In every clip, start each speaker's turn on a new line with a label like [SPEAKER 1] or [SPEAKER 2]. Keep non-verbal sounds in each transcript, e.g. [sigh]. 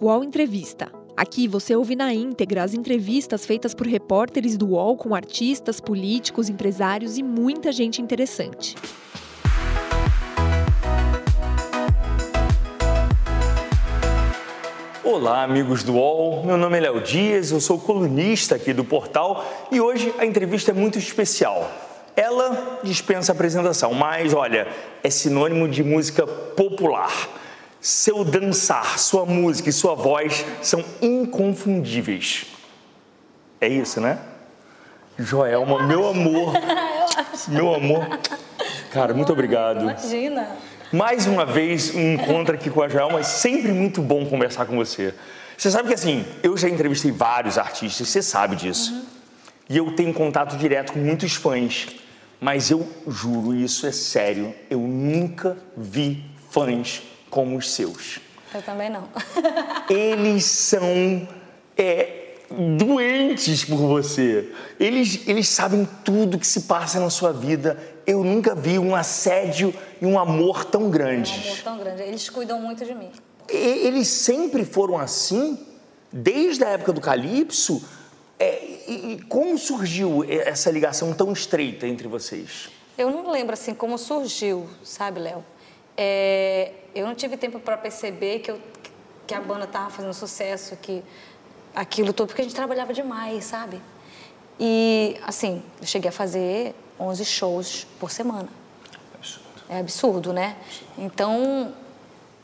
[SPEAKER 1] UOL Entrevista. Aqui você ouve na íntegra as entrevistas feitas por repórteres do UOL com artistas, políticos, empresários e muita gente interessante.
[SPEAKER 2] Olá, amigos do UOL. Meu nome é Léo Dias, eu sou colunista aqui do portal e hoje a entrevista é muito especial. Ela dispensa apresentação, mas olha, é sinônimo de música popular. Seu dançar, sua música e sua voz são inconfundíveis. É isso, né? Joelma, meu amor. Meu amor. Cara, muito obrigado.
[SPEAKER 3] Imagina.
[SPEAKER 2] Mais uma vez, um encontro aqui com a Joelma. É sempre muito bom conversar com você. Você sabe que, assim, eu já entrevistei vários artistas, você sabe disso. E eu tenho contato direto com muitos fãs. Mas eu juro, isso é sério, eu nunca vi fãs como os seus.
[SPEAKER 3] Eu também não. Um
[SPEAKER 2] Eles são é, doentes por você. Eles, eles sabem tudo que se passa na sua vida. Eu nunca vi um assédio e um amor tão
[SPEAKER 3] Um amor
[SPEAKER 2] grandes.
[SPEAKER 3] tão grande. Eles cuidam muito de mim.
[SPEAKER 2] E- eles sempre foram assim, desde a época do Calypso. É, e, e como surgiu e- essa ligação tão estreita entre vocês?
[SPEAKER 3] Eu não lembro assim como surgiu, sabe, Léo? É, eu não tive tempo para perceber que, eu- que a banda tava fazendo sucesso, que aquilo todo, porque a gente trabalhava demais, sabe? E assim, eu cheguei a fazer 11 shows por semana. É absurdo, né? Então,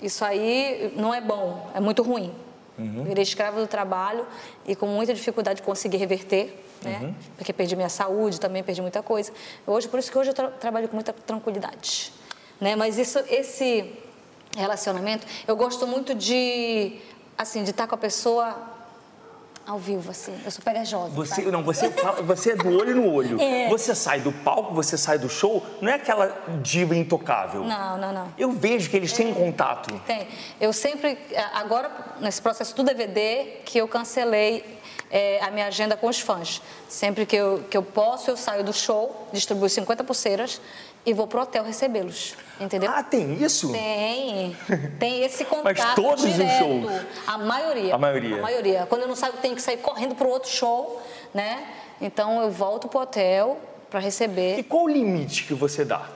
[SPEAKER 3] isso aí não é bom, é muito ruim. Virei escrava do trabalho e com muita dificuldade consegui reverter, né? Porque perdi minha saúde, também perdi muita coisa. Hoje, por isso que hoje eu tra- trabalho com muita tranquilidade, né? Mas isso, esse relacionamento, eu gosto muito de, assim, de estar com a pessoa ao vivo, assim. Eu sou pega jovem,
[SPEAKER 2] Você, não, você, fala- você é do olho no olho. Você sai do palco, você sai do show, não é aquela diva intocável.
[SPEAKER 3] Não, não, não.
[SPEAKER 2] Eu vejo que eles têm contato.
[SPEAKER 3] Tem. Eu sempre, a- agora, nesse processo do DVD, que eu cancelei é, a minha agenda com os fãs. Sempre que eu, que eu posso, eu saio do show, distribuo 50 pulseiras e vou pro hotel recebê-los. Entendeu?
[SPEAKER 2] Ah, tem isso?
[SPEAKER 3] Tem, tem esse contato
[SPEAKER 2] todos os
[SPEAKER 3] direto.
[SPEAKER 2] shows?
[SPEAKER 3] A maioria.
[SPEAKER 2] A maioria.
[SPEAKER 3] A maioria. Quando eu não saio, eu tenho que sair correndo pro outro show, né? Então eu volto pro hotel para receber.
[SPEAKER 2] E qual o limite que você dá?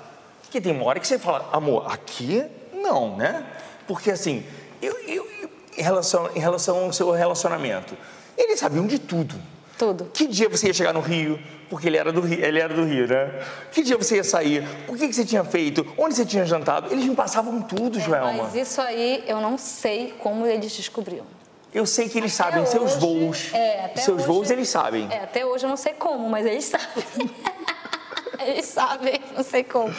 [SPEAKER 2] Porque tem uma hora que você fala, amor, aqui não, né? Porque assim, eu, eu- eu- em, relação, em relação ao seu relacionamento, eles sabiam de tudo.
[SPEAKER 3] Tudo.
[SPEAKER 2] Que dia você ia chegar no Rio? Porque ele era do Rio, ele era do Rio, né? Que dia você ia sair? O que, que você tinha feito? Onde você tinha jantado? Eles me passavam tudo, Joelma.
[SPEAKER 3] É, Mas isso aí eu não sei como eles descobriam.
[SPEAKER 2] Eu sei que eles
[SPEAKER 3] Até
[SPEAKER 2] sabem seus
[SPEAKER 3] hoje-
[SPEAKER 2] voos.
[SPEAKER 3] É, até
[SPEAKER 2] seus
[SPEAKER 3] hoje-
[SPEAKER 2] voos eles sabem.
[SPEAKER 3] É, até hoje eu não sei como, mas eles sabem. [laughs] eles sabem, não sei como.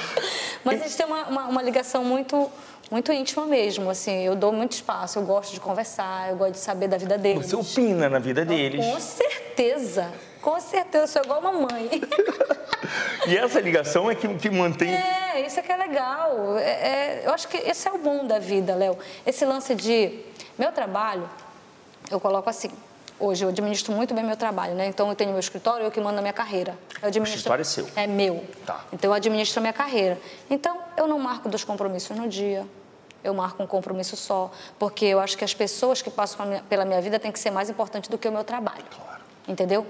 [SPEAKER 3] Mas eles têm uma, uma, uma ligação muito, muito íntima mesmo, assim. Eu dou muito espaço, eu gosto de conversar, eu gosto de saber da vida deles.
[SPEAKER 2] Você é um opina né, na vida deles.
[SPEAKER 3] Com certeza, com certeza, eu sou igual uma mãe.
[SPEAKER 2] E essa ligação é que, que mantém.
[SPEAKER 3] [laughs] É, isso é que é legal. É, é, eu acho que esse é o bom da vida, Léo. Esse lance de. Meu trabalho, eu coloco assim. Hoje eu administro muito bem meu trabalho, né? Então eu tenho meu escritório, eu que mando a minha carreira. Eu administro,
[SPEAKER 2] escritório é seu?
[SPEAKER 3] É meu.
[SPEAKER 2] Tá.
[SPEAKER 3] Então eu administro a minha carreira. Então eu não marco dois compromissos no dia. Eu marco um compromisso só, porque eu acho que as pessoas que passam a minha- pela minha vida têm que ser mais importante do que o meu trabalho.
[SPEAKER 2] Claro.
[SPEAKER 3] Entendeu?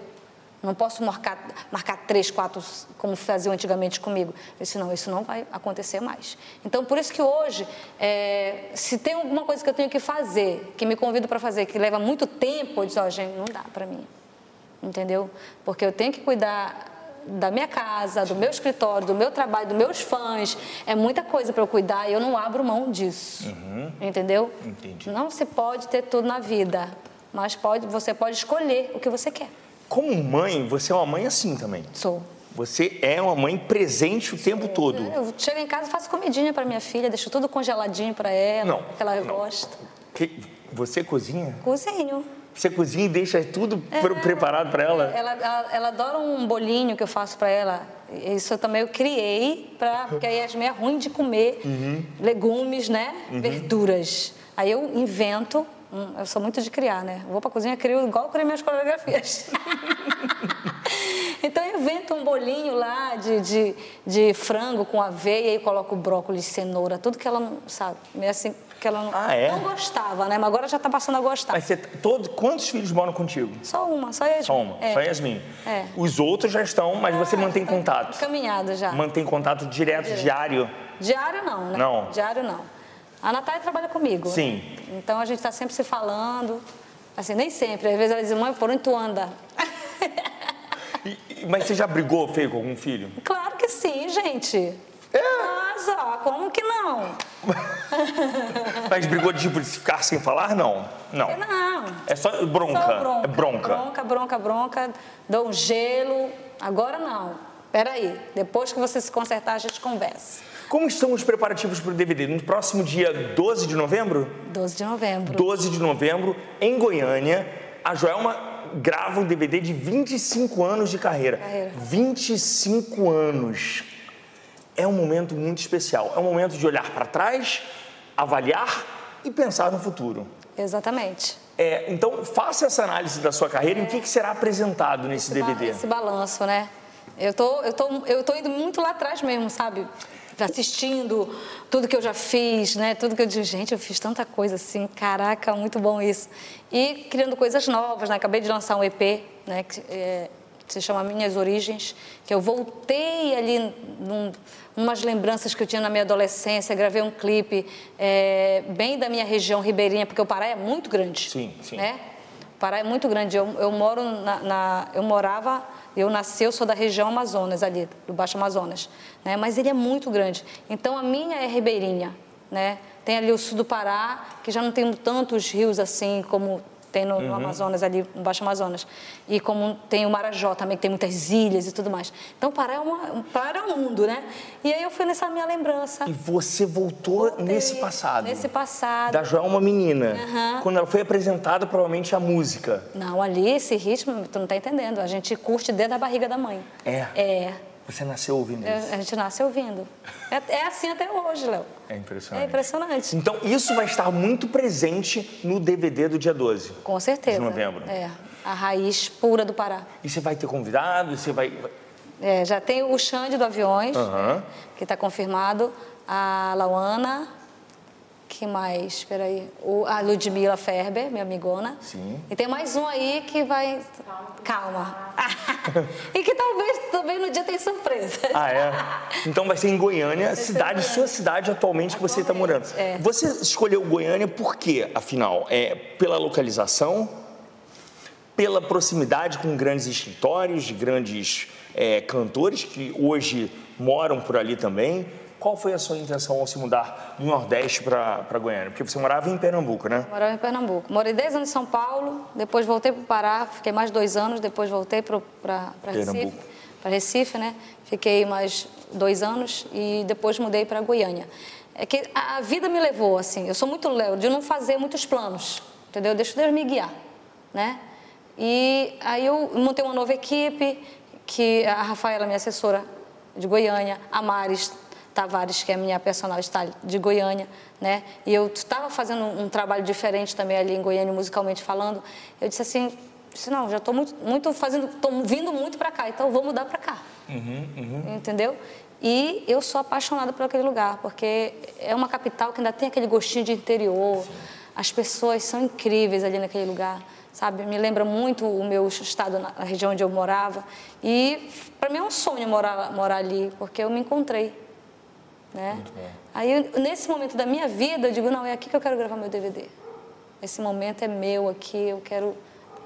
[SPEAKER 3] Não posso marcar, marcar três, quatro, como faziam antigamente comigo. Eu disse, não, isso não vai acontecer mais. Então, por isso que hoje, é, se tem alguma coisa que eu tenho que fazer, que me convido para fazer, que leva muito tempo, eu disse, ó, gente, não dá para mim. Entendeu? Porque eu tenho que cuidar da minha casa, do meu escritório, do meu trabalho, dos meus fãs. É muita coisa para eu cuidar e eu não abro mão disso. Entendeu?
[SPEAKER 2] Uhum. Entendi.
[SPEAKER 3] Não se pode ter tudo na vida, mas pode, você pode escolher o que você quer.
[SPEAKER 2] Como mãe, você é uma mãe assim também.
[SPEAKER 3] Sou.
[SPEAKER 2] Você é uma mãe presente o tempo todo.
[SPEAKER 3] Eu chego em casa, faço comidinha para minha filha, deixo tudo congeladinho para ela,
[SPEAKER 2] Não,
[SPEAKER 3] que ela
[SPEAKER 2] não.
[SPEAKER 3] gosta.
[SPEAKER 2] Que- você cozinha?
[SPEAKER 3] Cozinho.
[SPEAKER 2] Você cozinha e deixa tudo
[SPEAKER 3] É.
[SPEAKER 2] pre- preparado pra ela?
[SPEAKER 3] Ela, ela, ela adora um bolinho que eu faço para ela. Isso eu também eu criei para porque a Yasmin é ruim de comer
[SPEAKER 2] Uhum.
[SPEAKER 3] legumes, né? Verduras. Aí eu invento. hum, Eu sou muito de criar, né? Eu vou pra cozinha, crio igual eu criei minhas coreografias. [laughs] Então inventa um bolinho lá de, de, de frango com aveia e coloca o brócolis, cenoura, tudo que ela não sabe. meio Assim, que ela não,
[SPEAKER 2] Ah, é?
[SPEAKER 3] não gostava, né? Mas agora já tá passando a gostar.
[SPEAKER 2] Mas você, todo, quantos filhos moram contigo?
[SPEAKER 3] Só uma, só Yasmin.
[SPEAKER 2] Só uma,
[SPEAKER 3] É.
[SPEAKER 2] só Yasmin.
[SPEAKER 3] É. Ah,
[SPEAKER 2] Os outros já estão, mas você mantém contato.
[SPEAKER 3] Caminhada já.
[SPEAKER 2] Mantém contato direto, diário.
[SPEAKER 3] Diário não, né?
[SPEAKER 2] Não.
[SPEAKER 3] Diário não. A Natália trabalha comigo. né?
[SPEAKER 2] Sim.
[SPEAKER 3] Então a gente está sempre se falando. Assim, nem sempre. Às vezes ela diz, mãe, por onde tu anda?
[SPEAKER 2] E- e- mas você já brigou feio com algum filho?
[SPEAKER 3] Claro que sim, gente.
[SPEAKER 2] É?
[SPEAKER 3] Mas, ó, como que não?
[SPEAKER 2] Mas brigou de tipo de ficar sem falar? Não. Não.
[SPEAKER 3] Não.
[SPEAKER 2] É só bronca.
[SPEAKER 3] Só
[SPEAKER 2] É bronca.
[SPEAKER 3] Bronca, bronca, bronca. Dou um gelo. Agora não. Peraí. Depois que você se consertar, a gente conversa.
[SPEAKER 2] Como estão os preparativos para o DVD? No próximo dia 12 de novembro?
[SPEAKER 3] 12 de novembro.
[SPEAKER 2] 12 de novembro, em Goiânia, a Joelma grava um DVD de 25 anos de carreira.
[SPEAKER 3] Carreira.
[SPEAKER 2] 25 anos. É um momento muito especial. É um momento de olhar para trás, avaliar e pensar no futuro.
[SPEAKER 3] Exatamente.
[SPEAKER 2] É, então, faça essa análise da sua carreira e o que, que será apresentado nesse
[SPEAKER 3] Esse ba-
[SPEAKER 2] DVD.
[SPEAKER 3] Esse balanço, né? Eu tô, eu, tô, eu tô indo muito lá atrás mesmo, sabe? Assistindo tudo que eu já fiz, né? Tudo que eu digo, gente, eu fiz tanta coisa assim, caraca, muito bom isso. E criando coisas novas, né? Acabei de lançar um EP, né? Que, é, que se chama Minhas Origens, que eu voltei ali num, umas lembranças que eu tinha na minha adolescência, gravei um clipe é, bem da minha região ribeirinha, porque o Pará é muito grande.
[SPEAKER 2] Sim, sim.
[SPEAKER 3] né? O Pará é muito grande. Eu, eu moro na, na- eu morava, eu nasci, eu sou da região Amazonas ali, do Baixo Amazonas, né? Mas ele é muito grande. Então a minha é ribeirinha, né? Tem ali o sul do Pará, que já não tem tantos rios assim como tem no,
[SPEAKER 2] Uhum.
[SPEAKER 3] no Amazonas ali, no Baixo Amazonas. E como tem o Marajó também, que tem muitas ilhas e tudo mais. Então o Pará é uma, um- Pará é um mundo, né? E aí eu fui nessa minha lembrança.
[SPEAKER 2] E você voltou nesse
[SPEAKER 3] Voltei
[SPEAKER 2] passado.
[SPEAKER 3] Nesse passado.
[SPEAKER 2] Da Joelma Menina.
[SPEAKER 3] Aham.
[SPEAKER 2] Quando ela foi apresentada, provavelmente, a música.
[SPEAKER 3] Não, ali esse ritmo, tu não tá entendendo. A gente curte dentro da barriga da mãe.
[SPEAKER 2] É.
[SPEAKER 3] É.
[SPEAKER 2] Você nasceu ouvindo
[SPEAKER 3] É,
[SPEAKER 2] isso.
[SPEAKER 3] A gente nasce ouvindo. É, é assim até hoje, Léo.
[SPEAKER 2] É impressionante.
[SPEAKER 3] É impressionante.
[SPEAKER 2] Então, isso vai estar muito presente no DVD do dia 12.
[SPEAKER 3] Com certeza.
[SPEAKER 2] De novembro.
[SPEAKER 3] É. A raiz pura do Pará.
[SPEAKER 2] E você vai ter convidado, você vai.
[SPEAKER 3] É, já tem o Xande do Aviões,
[SPEAKER 2] Aham.
[SPEAKER 3] que está confirmado. A Lauana. Que mais? Espera aí. O- a Ludmila Ferber, minha amigona.
[SPEAKER 2] Sim.
[SPEAKER 3] E tem mais um aí que vai. Calma. [laughs] e que talvez também no dia tem surpresa.
[SPEAKER 2] Ah, é? Então vai ser em Goiânia, cidade, sua cidade atualmente que você está morando.
[SPEAKER 3] é.
[SPEAKER 2] Você escolheu Goiânia por quê, afinal? É pela localização, pela proximidade com grandes escritórios, de grandes é, cantores que hoje moram por ali também. Qual foi a sua intenção ao se mudar do Nordeste para Goiânia? Porque você morava em Pernambuco, né?
[SPEAKER 3] Morava em Pernambuco. Morei 10 anos em São Paulo, depois voltei para o Pará, fiquei mais dois anos, depois voltei para Recife.
[SPEAKER 2] Pernambuco.
[SPEAKER 3] Para Recife, né? Fiquei mais dois anos e depois mudei para Goiânia. É que a a vida me levou, assim. Eu sou muito Léo de não fazer muitos planos, entendeu? Deixa Deus me guiar, né? E aí eu montei uma nova equipe, que a Rafaela, minha assessora de Goiânia, a Maris Tavares, que é a minha personagem tá, de Goiânia, né? E eu estava fazendo um um trabalho diferente também ali em Goiânia, musicalmente falando. Eu disse assim, disse, não, já estou muito, muito fazendo, estou vindo muito para cá, então eu vou mudar para cá. Entendeu? E eu sou apaixonada por aquele lugar, porque é uma capital que ainda tem aquele gostinho de interior. As pessoas são incríveis ali naquele lugar, sabe? Me lembra muito o meu estado, na na região onde eu morava. E para mim é um sonho morar, morar ali, porque eu me encontrei né? Aí, eu- nesse momento da minha vida, eu digo, não, é aqui que eu quero gravar meu DVD. Esse momento é meu aqui, eu quero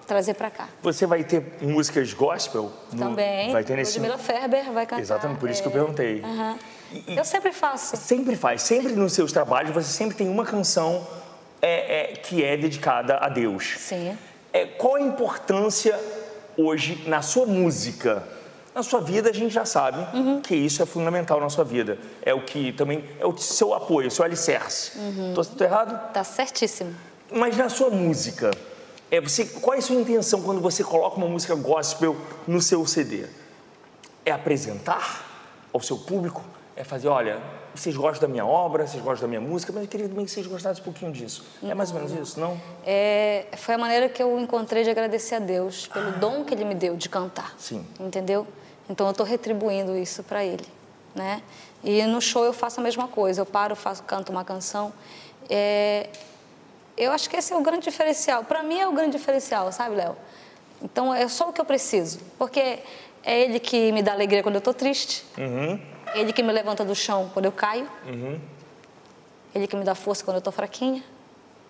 [SPEAKER 3] trazer pra cá.
[SPEAKER 2] Você vai ter músicas gospel? no-
[SPEAKER 3] Também,
[SPEAKER 2] Vai ter nesse.
[SPEAKER 3] Ludmilla Ferber vai cantar.
[SPEAKER 2] Exatamente, por isso que eu
[SPEAKER 3] é.
[SPEAKER 2] perguntei.
[SPEAKER 3] Aham.
[SPEAKER 2] E- e-
[SPEAKER 3] Eu sempre faço.
[SPEAKER 2] Sempre faz, sempre nos seus trabalhos você sempre tem uma canção é, é, que é dedicada a Deus.
[SPEAKER 3] Sim.
[SPEAKER 2] É, qual a importância hoje na sua música? Na sua vida a gente já sabe
[SPEAKER 3] Uhum.
[SPEAKER 2] que isso é fundamental na sua vida. É o que também é o seu apoio, o seu alicerce. Estou tô, errado?
[SPEAKER 3] Tá certíssimo.
[SPEAKER 2] Mas na sua música, é você, qual é a sua intenção quando você coloca uma música gospel no seu CD? É apresentar ao seu público? É fazer, olha, vocês gostam da minha obra, vocês gostam da minha música, mas eu queria também que vocês gostassem um pouquinho disso. é mais ou menos isso, não?
[SPEAKER 3] É, foi a maneira que eu encontrei de agradecer a Deus pelo dom que Ele me deu de cantar.
[SPEAKER 2] Sim.
[SPEAKER 3] Entendeu? Então eu estou retribuindo isso para Ele, né? E no show eu faço a mesma coisa. Eu paro, faço, canto uma canção. É, eu acho que esse é o grande diferencial. Para mim é o grande diferencial, sabe, Léo? Então é só o que eu preciso, porque é Ele que me dá alegria quando eu estou triste. É Ele que me levanta do chão quando eu caio. Ele que me dá força quando eu tô fraquinha.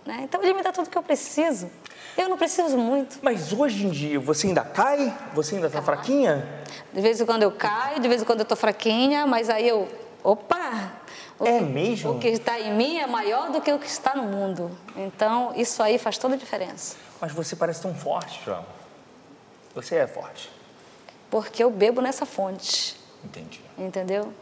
[SPEAKER 3] Né? Então ele me dá tudo que eu preciso. Eu não preciso muito.
[SPEAKER 2] Mas hoje em dia, você ainda cai? Você ainda tá fraquinha?
[SPEAKER 3] De vez em quando eu caio, de vez em quando eu tô fraquinha, mas aí eu. Opa! O,
[SPEAKER 2] É
[SPEAKER 3] que-
[SPEAKER 2] mesmo?
[SPEAKER 3] O que está em mim é maior do que o que está no mundo. Então isso aí faz toda a diferença.
[SPEAKER 2] Mas você parece tão forte, João. Você é forte.
[SPEAKER 3] Porque eu bebo nessa fonte.
[SPEAKER 2] Entendi.
[SPEAKER 3] Entendeu?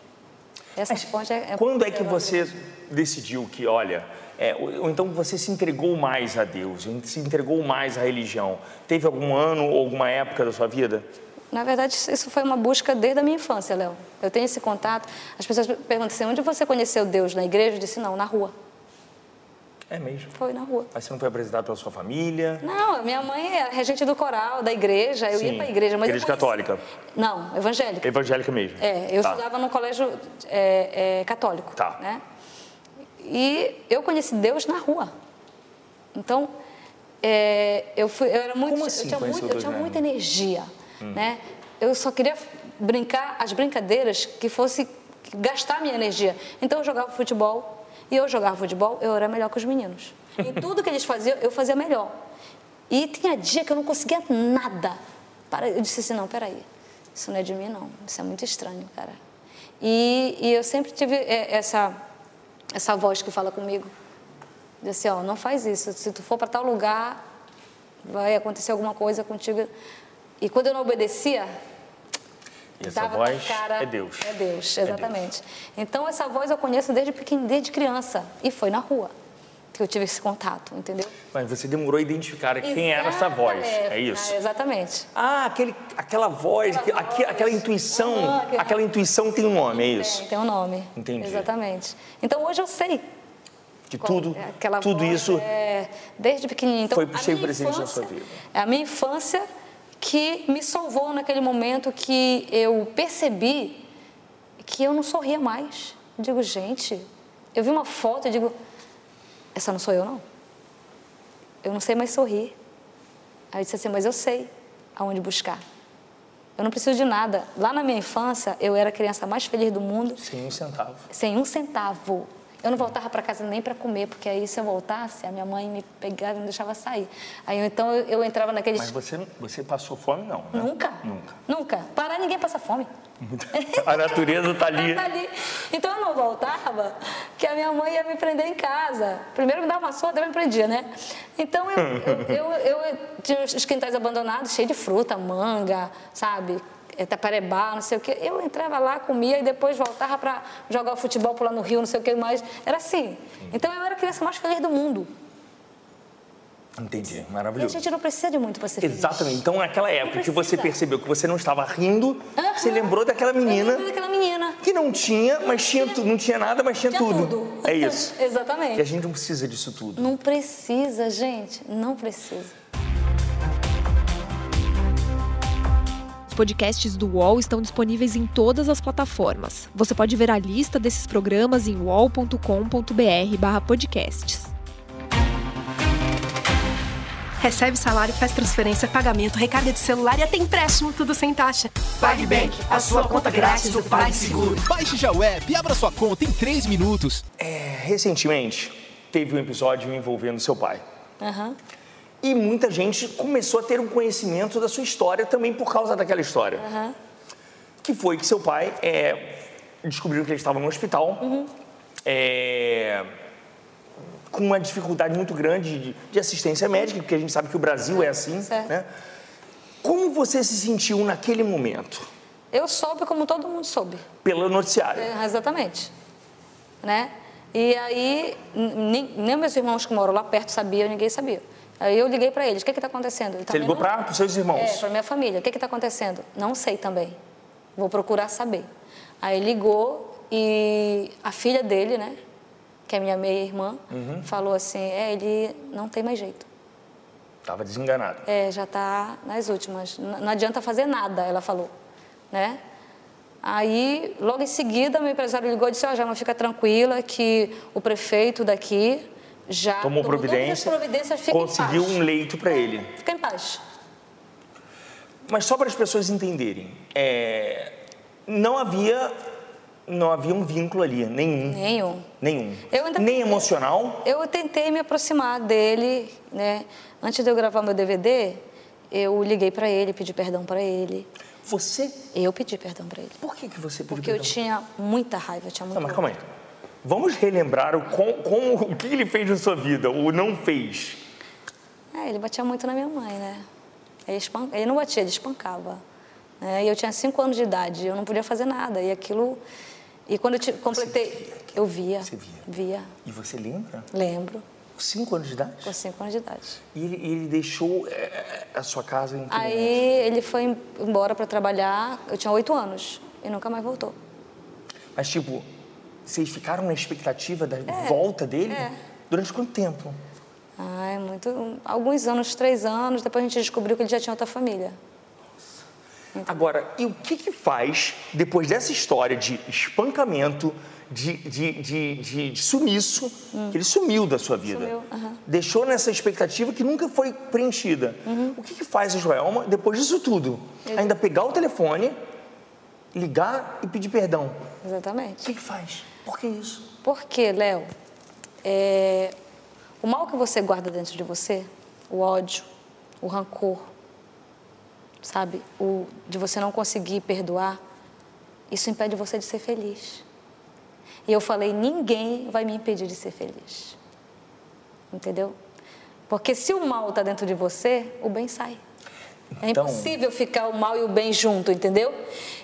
[SPEAKER 3] Essa fonte é.
[SPEAKER 2] Quando é que você decidiu que, olha, é, ou, ou então você se entregou mais a Deus, se entregou mais à religião? Teve algum ano ou alguma época da sua vida?
[SPEAKER 3] Na verdade, isso- isso foi uma busca desde a minha infância, Léo. Eu tenho esse contato. As pessoas perguntam assim: onde você conheceu Deus? Na igreja? Eu disse: não, na rua.
[SPEAKER 2] É mesmo.
[SPEAKER 3] Foi na rua.
[SPEAKER 2] Mas você não foi apresentado pela sua família?
[SPEAKER 3] Não, minha mãe era regente do coral, da igreja. Eu
[SPEAKER 2] Sim,
[SPEAKER 3] ia para a igreja, mas eu
[SPEAKER 2] igreja
[SPEAKER 3] conheci-
[SPEAKER 2] católica.
[SPEAKER 3] Não, evangélica.
[SPEAKER 2] Evangélica mesmo?
[SPEAKER 3] É, eu
[SPEAKER 2] Tá.
[SPEAKER 3] estudava num colégio é, é, católico.
[SPEAKER 2] Tá.
[SPEAKER 3] Né? E eu conheci Deus na rua. Então, é, eu fui, eu era muito,
[SPEAKER 2] Como assim
[SPEAKER 3] eu tinha,
[SPEAKER 2] conheceu
[SPEAKER 3] muito, eu
[SPEAKER 2] Deus
[SPEAKER 3] tinha
[SPEAKER 2] na
[SPEAKER 3] muita
[SPEAKER 2] rua?
[SPEAKER 3] energia,
[SPEAKER 2] Hum.
[SPEAKER 3] né? Eu só queria brincar as brincadeiras que fosse gastar minha energia. Então eu jogava futebol e eu jogava futebol, eu era melhor que os meninos.
[SPEAKER 2] [laughs]
[SPEAKER 3] Em tudo que eles faziam, eu fazia melhor. E tinha dia que eu não conseguia nada. Para, eu disse assim, não, peraí, isso não é de mim não, isso é muito estranho, cara. E, e eu sempre tive é, essa essa voz que fala comigo, Disse, assim, ó, não faz isso. Se tu for para tal lugar, vai acontecer alguma coisa contigo. E quando eu não obedecia,
[SPEAKER 2] E essa
[SPEAKER 3] dava
[SPEAKER 2] voz
[SPEAKER 3] na cara.
[SPEAKER 2] é Deus.
[SPEAKER 3] É Deus, exatamente. Então essa voz eu conheço desde pequeno, desde criança. E foi na rua que eu tive esse contato, entendeu?
[SPEAKER 2] Mas você demorou a identificar quem era essa voz, é isso?
[SPEAKER 3] Ah, exatamente.
[SPEAKER 2] Ah, aquele, aquela voz,
[SPEAKER 3] Aquela
[SPEAKER 2] aquela, aque-
[SPEAKER 3] voz.
[SPEAKER 2] aquela intuição,
[SPEAKER 3] Ah, aquela-
[SPEAKER 2] aquela intuição tem um nome, é
[SPEAKER 3] É,
[SPEAKER 2] isso?
[SPEAKER 3] tem um nome.
[SPEAKER 2] Entendi.
[SPEAKER 3] Exatamente. Então hoje eu sei.
[SPEAKER 2] Que
[SPEAKER 3] qual-
[SPEAKER 2] tudo,
[SPEAKER 3] é aquela
[SPEAKER 2] tudo
[SPEAKER 3] voz,
[SPEAKER 2] isso
[SPEAKER 3] é, desde pequenininho. Então,
[SPEAKER 2] foi
[SPEAKER 3] a minha
[SPEAKER 2] cheio presente na
[SPEAKER 3] infância-
[SPEAKER 2] sua vida.
[SPEAKER 3] É a minha infância que me salvou naquele momento que eu percebi que eu não sorria mais. Eu digo, gente, eu vi uma foto e digo, essa não sou eu, não. Eu não sei mais sorrir. Aí eu disse assim, mas eu sei aonde buscar. Eu não preciso de nada. Lá na minha infância, eu era a criança mais feliz do mundo
[SPEAKER 2] sem um centavo.
[SPEAKER 3] sem um centavo. Eu não voltava para casa nem para comer, porque aí se eu voltasse, a minha mãe me pegava e não deixava sair. Aí eu- então eu, eu entrava naquele
[SPEAKER 2] Mas você, não- você passou fome, não? né? [laughs]
[SPEAKER 3] Nunca.
[SPEAKER 2] Nunca.
[SPEAKER 3] Nunca. Parar ninguém passa fome.
[SPEAKER 2] A natureza tá ali.
[SPEAKER 3] Tá ali. Então eu não voltava, que a minha mãe ia me prender em casa. Primeiro me dava uma surra, depois me prendia, né? Então eu, eu, eu, eu tinha os quintais abandonados, cheio de fruta, manga, sabe? É, Tapareba, não sei o quê. Eu entrava lá, comia e depois voltava para jogar futebol, pular no rio, não sei o que mais. Era assim. Então eu era a criança mais feliz do mundo.
[SPEAKER 2] Entendi,
[SPEAKER 3] E a
[SPEAKER 2] maravilhoso.
[SPEAKER 3] gente não precisa de muito para ser feliz.
[SPEAKER 2] Exatamente. Então, naquela época que você
[SPEAKER 3] precisa.
[SPEAKER 2] percebeu que você não estava rindo,
[SPEAKER 3] Aham.
[SPEAKER 2] você lembrou daquela menina
[SPEAKER 3] Eu lembro daquela menina.
[SPEAKER 2] que não tinha, mas tinha, tu- não tinha nada, mas tinha,
[SPEAKER 3] Tinha
[SPEAKER 2] tudo.
[SPEAKER 3] tudo.
[SPEAKER 2] É isso.
[SPEAKER 3] [laughs] Exatamente.
[SPEAKER 2] E a gente não precisa disso tudo.
[SPEAKER 3] Não precisa, gente. Não precisa.
[SPEAKER 1] Os podcasts do UOL estão disponíveis em todas as plataformas. Você pode ver a lista desses programas em uol.com.br/podcasts.
[SPEAKER 4] Recebe salário, faz transferência, pagamento, recarga de celular e até empréstimo, tudo sem taxa.
[SPEAKER 5] PagBank, a sua conta grátis do PagSeguro.
[SPEAKER 6] Baixe já o app e abra sua conta em 3 minutos.
[SPEAKER 2] Recentemente, teve um episódio envolvendo seu pai. E muita gente começou a ter um conhecimento da sua história também por causa daquela história. Que foi que seu pai é, descobriu que ele estava no hospital
[SPEAKER 3] Uhum.
[SPEAKER 2] é, com uma dificuldade muito grande de, de assistência médica, porque a gente sabe que o Brasil é assim.
[SPEAKER 3] Certo.
[SPEAKER 2] Né? Como você se sentiu naquele momento?
[SPEAKER 3] Eu soube como todo mundo soube.
[SPEAKER 2] Pelo noticiário.
[SPEAKER 3] É, Exatamente. Né? E aí, n- nem, nem meus irmãos que moram lá perto sabiam, ninguém sabia. Aí eu liguei para eles, o que está acontecendo? Eu
[SPEAKER 2] Você
[SPEAKER 3] também
[SPEAKER 2] ligou
[SPEAKER 3] não-
[SPEAKER 2] para os seus
[SPEAKER 3] É,
[SPEAKER 2] irmãos.
[SPEAKER 3] para minha família. O que está acontecendo? Não sei também. Vou procurar saber. Aí ligou E a filha dele, né? Que é minha meia-irmã,
[SPEAKER 2] Uhum.
[SPEAKER 3] falou assim: é, ele não tem mais jeito.
[SPEAKER 2] Tava desenganado.
[SPEAKER 3] É, já tá nas últimas. N- Não adianta fazer nada, ela falou, né? Aí, logo em seguida, meu empresário ligou e disse, ó, Jama, fica tranquila que o prefeito daqui já
[SPEAKER 2] Tomou providência,
[SPEAKER 3] todas as providências, fica
[SPEAKER 2] conseguiu
[SPEAKER 3] em paz.
[SPEAKER 2] um leito para ele.
[SPEAKER 3] Fica em paz.
[SPEAKER 2] Mas só para as pessoas entenderem, é, não havia não havia um vínculo ali, nenhum.
[SPEAKER 3] Nenhum.
[SPEAKER 2] Nenhum.
[SPEAKER 3] Eu ainda-
[SPEAKER 2] Nem emocional.
[SPEAKER 3] Eu tentei me aproximar dele, né? Antes de eu gravar meu DVD, eu liguei pra ele, pedi perdão pra ele.
[SPEAKER 2] Você.
[SPEAKER 3] Eu pedi perdão pra ele.
[SPEAKER 2] Por que, que você pediu
[SPEAKER 3] Porque eu
[SPEAKER 2] perdão?
[SPEAKER 3] tinha muita raiva, eu tinha muita
[SPEAKER 2] Não, mas calma aí. Vamos relembrar o, com, com- o que ele fez na sua vida, ou não fez.
[SPEAKER 3] É, ele batia muito na minha mãe, né? Ele, espan- ele não batia, ele espancava. né? E eu tinha cinco anos de idade, eu não podia fazer nada. E aquilo. E quando eu te- completei. Eu via.
[SPEAKER 2] Você via?
[SPEAKER 3] Via.
[SPEAKER 2] E você lembra?
[SPEAKER 3] Lembro,
[SPEAKER 2] Cinco anos de idade?
[SPEAKER 3] com cinco anos de idade.
[SPEAKER 2] E ele, ele deixou é, a sua casa em que
[SPEAKER 3] Aí
[SPEAKER 2] momento?
[SPEAKER 3] ele foi em- embora para trabalhar, eu tinha oito anos, e nunca mais voltou.
[SPEAKER 2] Mas, tipo, vocês ficaram na expectativa da
[SPEAKER 3] É,
[SPEAKER 2] volta dele? Durante quanto tempo?
[SPEAKER 3] Ai, Ah, é muito. um, Alguns anos, três anos, depois a gente descobriu que ele já tinha outra família.
[SPEAKER 2] Agora, e o que que faz depois dessa história de espancamento, de, de, de, de- de sumiço, que ele sumiu da sua vida?
[SPEAKER 3] Hum. Sumiu, aham.
[SPEAKER 2] Deixou nessa expectativa que nunca foi preenchida.
[SPEAKER 3] Uhum.
[SPEAKER 2] O que que faz a Joelma, depois disso tudo, ainda pegar o telefone, ligar e pedir perdão? O
[SPEAKER 3] Exatamente.
[SPEAKER 2] que que faz? Por que isso?
[SPEAKER 3] Porque, Léo, é, o mal que você guarda dentro de você, o ódio, o rancor, sabe? O de você não conseguir perdoar, isso impede você de ser feliz. E eu falei, ninguém vai me impedir de ser feliz. Entendeu? Porque se o mal está dentro de você, o bem sai. É
[SPEAKER 2] Então-
[SPEAKER 3] impossível ficar o mal e o bem junto, entendeu?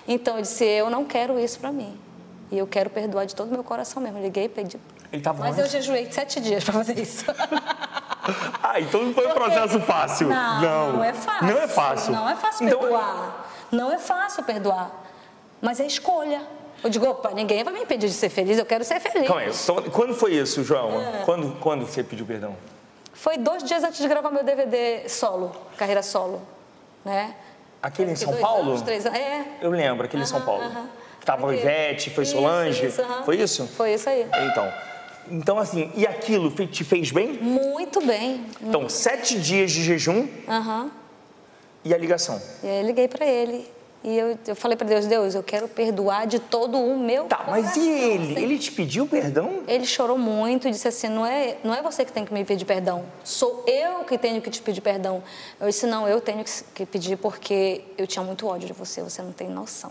[SPEAKER 3] Então eu disse, eu não quero isso pra mim. E eu quero perdoar de todo o meu coração mesmo. Liguei e pedi.
[SPEAKER 2] Ele tava
[SPEAKER 3] Mas
[SPEAKER 2] onde?
[SPEAKER 3] eu jejuei sete dias pra fazer isso.
[SPEAKER 2] Ah, então não foi um
[SPEAKER 3] Porque-
[SPEAKER 2] [laughs] processo fácil.
[SPEAKER 3] Não, não, é fácil.
[SPEAKER 2] Não é fácil.
[SPEAKER 3] Não é fácil
[SPEAKER 2] Então-
[SPEAKER 3] perdoar. Não é fácil perdoar. Mas é escolha. Eu digo, opa, ninguém vai me impedir de ser feliz, eu quero ser feliz.
[SPEAKER 2] Calma aí, então, quando foi isso,
[SPEAKER 3] É.
[SPEAKER 2] Joelma? Quando, quando você pediu perdão?
[SPEAKER 3] Foi dois dias antes de gravar meu DVD solo, carreira solo, né?
[SPEAKER 2] Aquele em
[SPEAKER 3] Fiquei
[SPEAKER 2] São
[SPEAKER 3] dois
[SPEAKER 2] Paulo?
[SPEAKER 3] anos, três anos, é.
[SPEAKER 2] Eu lembro, aquele em São
[SPEAKER 3] Aham,
[SPEAKER 2] Paulo.
[SPEAKER 3] aham.
[SPEAKER 2] Que tava a
[SPEAKER 3] Aquele.
[SPEAKER 2] Ivete, foi
[SPEAKER 3] Isso,
[SPEAKER 2] Solange.
[SPEAKER 3] aham.
[SPEAKER 2] Foi isso?
[SPEAKER 3] Foi isso aí.
[SPEAKER 2] Então. Então, assim, e aquilo fe- te fez bem?
[SPEAKER 3] Muito bem.
[SPEAKER 2] Então, sete dias de jejum
[SPEAKER 3] Aham.
[SPEAKER 2] e a ligação.
[SPEAKER 3] E aí eu liguei pra ele. E eu, eu falei pra Deus, Deus, eu quero perdoar de todo o meu
[SPEAKER 2] Tá, mas
[SPEAKER 3] coração,
[SPEAKER 2] e ele?
[SPEAKER 3] assim.
[SPEAKER 2] Ele te pediu perdão?
[SPEAKER 3] Ele chorou muito e disse assim: não é, não é você que tem que me pedir perdão, sou eu que tenho que te pedir perdão. Eu disse: não, eu tenho que s- que pedir porque eu tinha muito ódio de você, você não tem noção.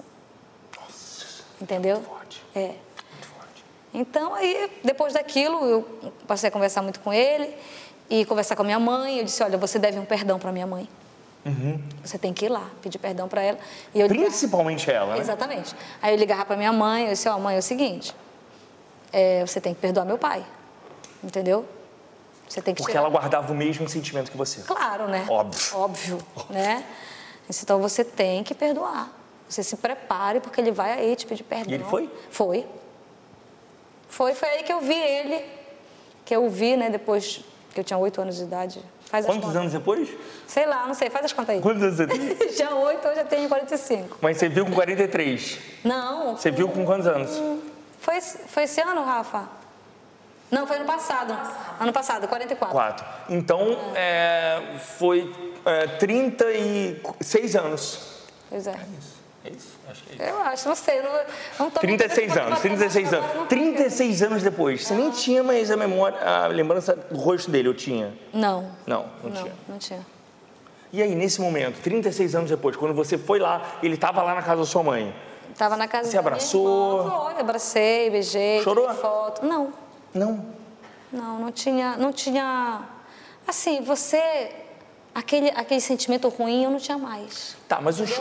[SPEAKER 3] Entendeu?
[SPEAKER 2] forte.
[SPEAKER 3] É. Então, aí, depois daquilo, eu passei a conversar muito com ele e conversar com a minha mãe. Eu disse: olha, você deve um perdão pra minha mãe. Você tem que ir lá, pedir perdão pra ela. E eu ligava-
[SPEAKER 2] Principalmente ela, né?
[SPEAKER 3] Exatamente. Aí eu ligava pra minha mãe, eu disse, ó, mãe, é o seguinte, é, você tem que perdoar meu pai, entendeu? Você tem que
[SPEAKER 2] Porque
[SPEAKER 3] tirar-
[SPEAKER 2] ela guardava o mesmo sentimento que você.
[SPEAKER 3] Claro, né?
[SPEAKER 2] Óbvio.
[SPEAKER 3] Óbvio, né? Então você tem que perdoar. Você se prepare, porque ele vai aí te pedir perdão.
[SPEAKER 2] E ele foi?
[SPEAKER 3] Foi. Foi, foi aí que eu vi ele, que eu vi, né, depois que eu tinha oito anos de idade. Faz as
[SPEAKER 2] Quantos
[SPEAKER 3] contas.
[SPEAKER 2] anos depois?
[SPEAKER 3] Sei lá, não sei, faz as contas aí.
[SPEAKER 2] Quantos anos você tem?
[SPEAKER 3] [laughs] já oito, eu já tenho 45.
[SPEAKER 2] Mas você viu com 43.
[SPEAKER 3] Não,
[SPEAKER 2] Você viu com quantos anos?
[SPEAKER 3] Foi, esse- foi esse ano, Rafa? Não, foi ano passado. Ano passado, 44.
[SPEAKER 2] Quatro. Então, é, foi é, 36 anos.
[SPEAKER 3] Pois é.
[SPEAKER 2] É isso? Acho que é isso.
[SPEAKER 3] Eu acho, não sei. eu Não, não tô
[SPEAKER 2] 36 anos, 36 anos. 36 anos depois. Você nem tinha mais a memória, a lembrança do rosto dele, eu tinha.
[SPEAKER 3] Não.
[SPEAKER 2] Não, não,
[SPEAKER 3] Não,
[SPEAKER 2] tinha.
[SPEAKER 3] não tinha.
[SPEAKER 2] E aí, nesse momento, 36 anos depois, quando você foi lá, ele estava lá na casa da sua mãe.
[SPEAKER 3] Tava na casa
[SPEAKER 2] Você
[SPEAKER 3] da minha
[SPEAKER 2] abraçou?
[SPEAKER 3] irmã, Foi, abracei, beijei.
[SPEAKER 2] Chorou?
[SPEAKER 3] tirei foto. Não,
[SPEAKER 2] Não.
[SPEAKER 3] não, não tinha. Não tinha. Assim, você. Aquele, aquele sentimento ruim eu não tinha mais.
[SPEAKER 2] Tá, mas os.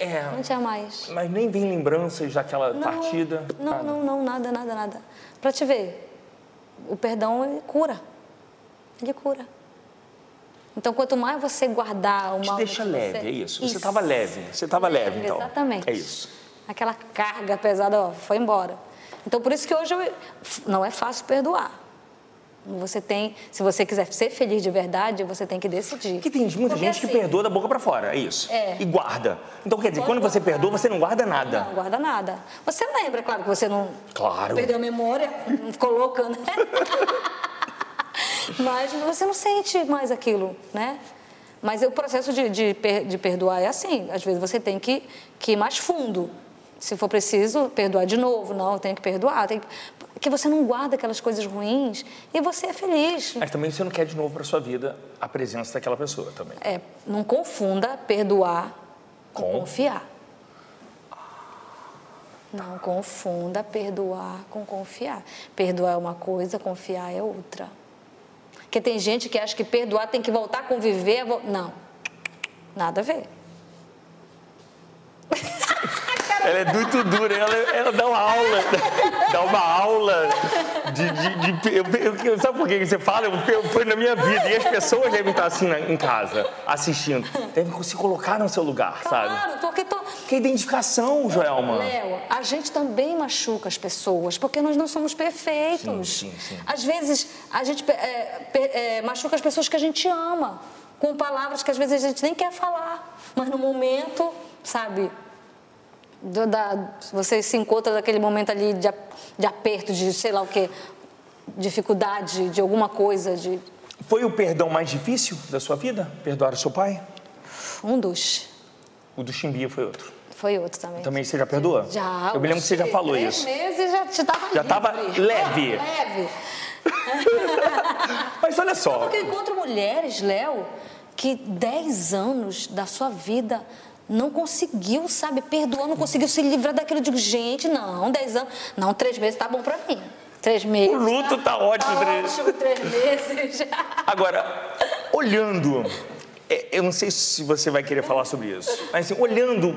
[SPEAKER 2] É.
[SPEAKER 3] Não tinha mais.
[SPEAKER 2] Mas nem vem lembranças daquela
[SPEAKER 3] Não,
[SPEAKER 2] partida.
[SPEAKER 3] Não,
[SPEAKER 2] nada.
[SPEAKER 3] não, não, nada, nada, nada. Pra te ver, o perdão ele cura. Ele cura. Então, quanto mais você guardar o
[SPEAKER 2] Te
[SPEAKER 3] mal.
[SPEAKER 2] deixa
[SPEAKER 3] que
[SPEAKER 2] leve,
[SPEAKER 3] você-
[SPEAKER 2] é isso. Você estava leve. Você estava leve, então.
[SPEAKER 3] Exatamente.
[SPEAKER 2] É isso.
[SPEAKER 3] Aquela carga pesada, ó, foi embora. Então, por isso que hoje eu- não é fácil perdoar. Você tem, se você quiser ser feliz de verdade, você tem que decidir.
[SPEAKER 2] Porque tem muita
[SPEAKER 3] Porque
[SPEAKER 2] gente que
[SPEAKER 3] assim,
[SPEAKER 2] perdoa da boca pra fora, é isso.
[SPEAKER 3] É.
[SPEAKER 2] E guarda. Então quer dizer,
[SPEAKER 3] Pode
[SPEAKER 2] quando você
[SPEAKER 3] guardar.
[SPEAKER 2] perdoa, você não guarda nada.
[SPEAKER 3] Não guarda nada. Você lembra, claro que você não
[SPEAKER 2] Claro.
[SPEAKER 3] perdeu a memória, [laughs] não ficou louca, né? [laughs] Mas você não sente mais aquilo, né? Mas o processo de, de, per- de perdoar é assim. Às vezes você tem que, que ir mais fundo. Se for preciso, perdoar de novo. Não, eu tenho que perdoar. Tem que... Porque você não guarda aquelas coisas ruins e você é feliz.
[SPEAKER 2] Mas também você não quer de novo pra sua vida a presença daquela pessoa também.
[SPEAKER 3] É, não confunda perdoar com,
[SPEAKER 2] Com?
[SPEAKER 3] confiar. Não confunda perdoar com confiar. Perdoar é uma coisa, confiar é outra. Porque tem gente que acha que perdoar tem que voltar a conviver. vo- Não. Nada a ver.
[SPEAKER 2] Ela é muito dura, ela, ela dá uma aula, dá uma aula de. de- de- eu- eu- eu- sabe por que que você fala? Eu, eu- foi na minha vida. E as pessoas devem estar assim na- em casa, assistindo. Devem se colocar no seu lugar, sabe?
[SPEAKER 3] Claro, porque tô.
[SPEAKER 2] Que é identificação, Joelma.
[SPEAKER 3] Léo, a gente também machuca as pessoas, porque nós não somos perfeitos.
[SPEAKER 2] Sim, sim, sim.
[SPEAKER 3] Às vezes, a gente é, pe- é, machuca as pessoas que a gente ama, com palavras que às vezes a gente nem quer falar, mas no momento, sabe? do- da- você se encontra naquele momento ali de, ap- de aperto, de sei lá o quê, dificuldade, de alguma coisa, de
[SPEAKER 2] Foi o perdão mais difícil da sua vida? Perdoar o seu pai?
[SPEAKER 3] um dos.
[SPEAKER 2] O do Chimbinha foi outro.
[SPEAKER 3] Foi outro também.
[SPEAKER 2] Também você já perdoa?
[SPEAKER 3] Já.
[SPEAKER 2] Eu me lembro que você já falou
[SPEAKER 3] três
[SPEAKER 2] isso.
[SPEAKER 3] meses já te tava
[SPEAKER 2] Já tava
[SPEAKER 3] livre.
[SPEAKER 2] leve.
[SPEAKER 3] [laughs] Leve.
[SPEAKER 2] Mas olha
[SPEAKER 3] Não,
[SPEAKER 2] só,
[SPEAKER 3] Porque eu encontro mulheres, Léo, que 10 anos da sua vida não conseguiu, sabe, perdoar, não conseguiu se livrar daquilo. Eu digo, gente, não, 10 anos. Não, três meses tá bom pra mim. Três meses.
[SPEAKER 2] o luto tá ótimo.
[SPEAKER 3] Tá
[SPEAKER 2] André.
[SPEAKER 3] ótimo, três meses.
[SPEAKER 2] Agora, olhando, é, eu não sei se você vai querer falar sobre isso, mas assim, olhando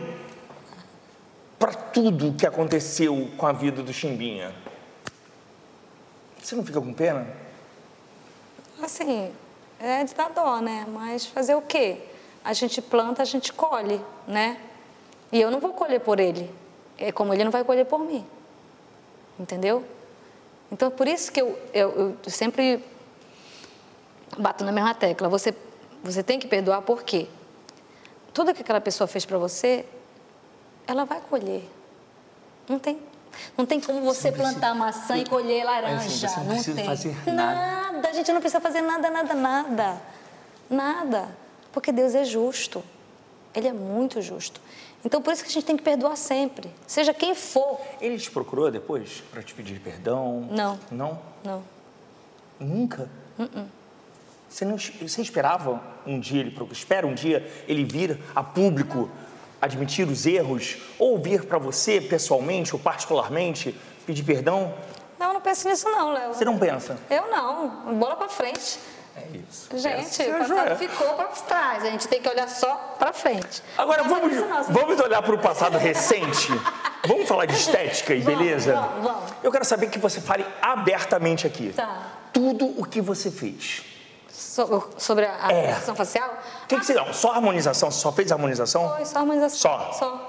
[SPEAKER 2] para tudo que aconteceu com a vida do Chimbinha, você não fica com pena?
[SPEAKER 3] Assim, é de dar dó, né? Mas fazer o quê? A gente planta, a gente colhe, né? E eu não vou colher por ele. É como ele não vai colher por mim. Entendeu? Então, por isso que eu, eu, eu sempre bato na mesma tecla. Você, você tem que perdoar por quê? Tudo que aquela pessoa fez pra você, ela vai colher. Não tem, não tem como você, plantar maçã e colher laranja.
[SPEAKER 2] você não
[SPEAKER 3] não
[SPEAKER 2] precisa
[SPEAKER 3] tem.
[SPEAKER 2] fazer
[SPEAKER 3] nada. A gente não precisa fazer nada, nada, nada. Nada. Porque Deus é justo. Ele é muito justo. Então, por isso que a gente tem que perdoar sempre. Seja quem for.
[SPEAKER 2] Ele te procurou depois para te pedir perdão?
[SPEAKER 3] Não.
[SPEAKER 2] Não?
[SPEAKER 3] Não. Uh-uh.
[SPEAKER 2] Nunca? Você, não, você esperava um dia, ele pro- espera um dia ele vir a público admitir os erros ou vir para você pessoalmente ou particularmente pedir perdão?
[SPEAKER 3] Não, eu não penso nisso não, Léo.
[SPEAKER 2] Você não pensa?
[SPEAKER 3] Eu não. Bola pra frente.
[SPEAKER 2] É isso.
[SPEAKER 3] Gente, o
[SPEAKER 2] é a joia.
[SPEAKER 3] passado ficou pra trás. A gente tem que olhar só pra frente.
[SPEAKER 2] Agora
[SPEAKER 3] Não,
[SPEAKER 2] vamos,
[SPEAKER 3] não é isso não.
[SPEAKER 2] vamos olhar para o passado recente. Vamos falar de estética e
[SPEAKER 3] Vamos,
[SPEAKER 2] beleza?
[SPEAKER 3] vamos, vamos.
[SPEAKER 2] Eu quero saber que você fale abertamente aqui.
[SPEAKER 3] Tá.
[SPEAKER 2] Tudo o que você fez.
[SPEAKER 3] So- sobre a a
[SPEAKER 2] É.
[SPEAKER 3] harmonização facial?
[SPEAKER 2] O que, que você não? Só harmonização? Você só fez harmonização?
[SPEAKER 3] Foi só assim. harmonização.
[SPEAKER 2] Só?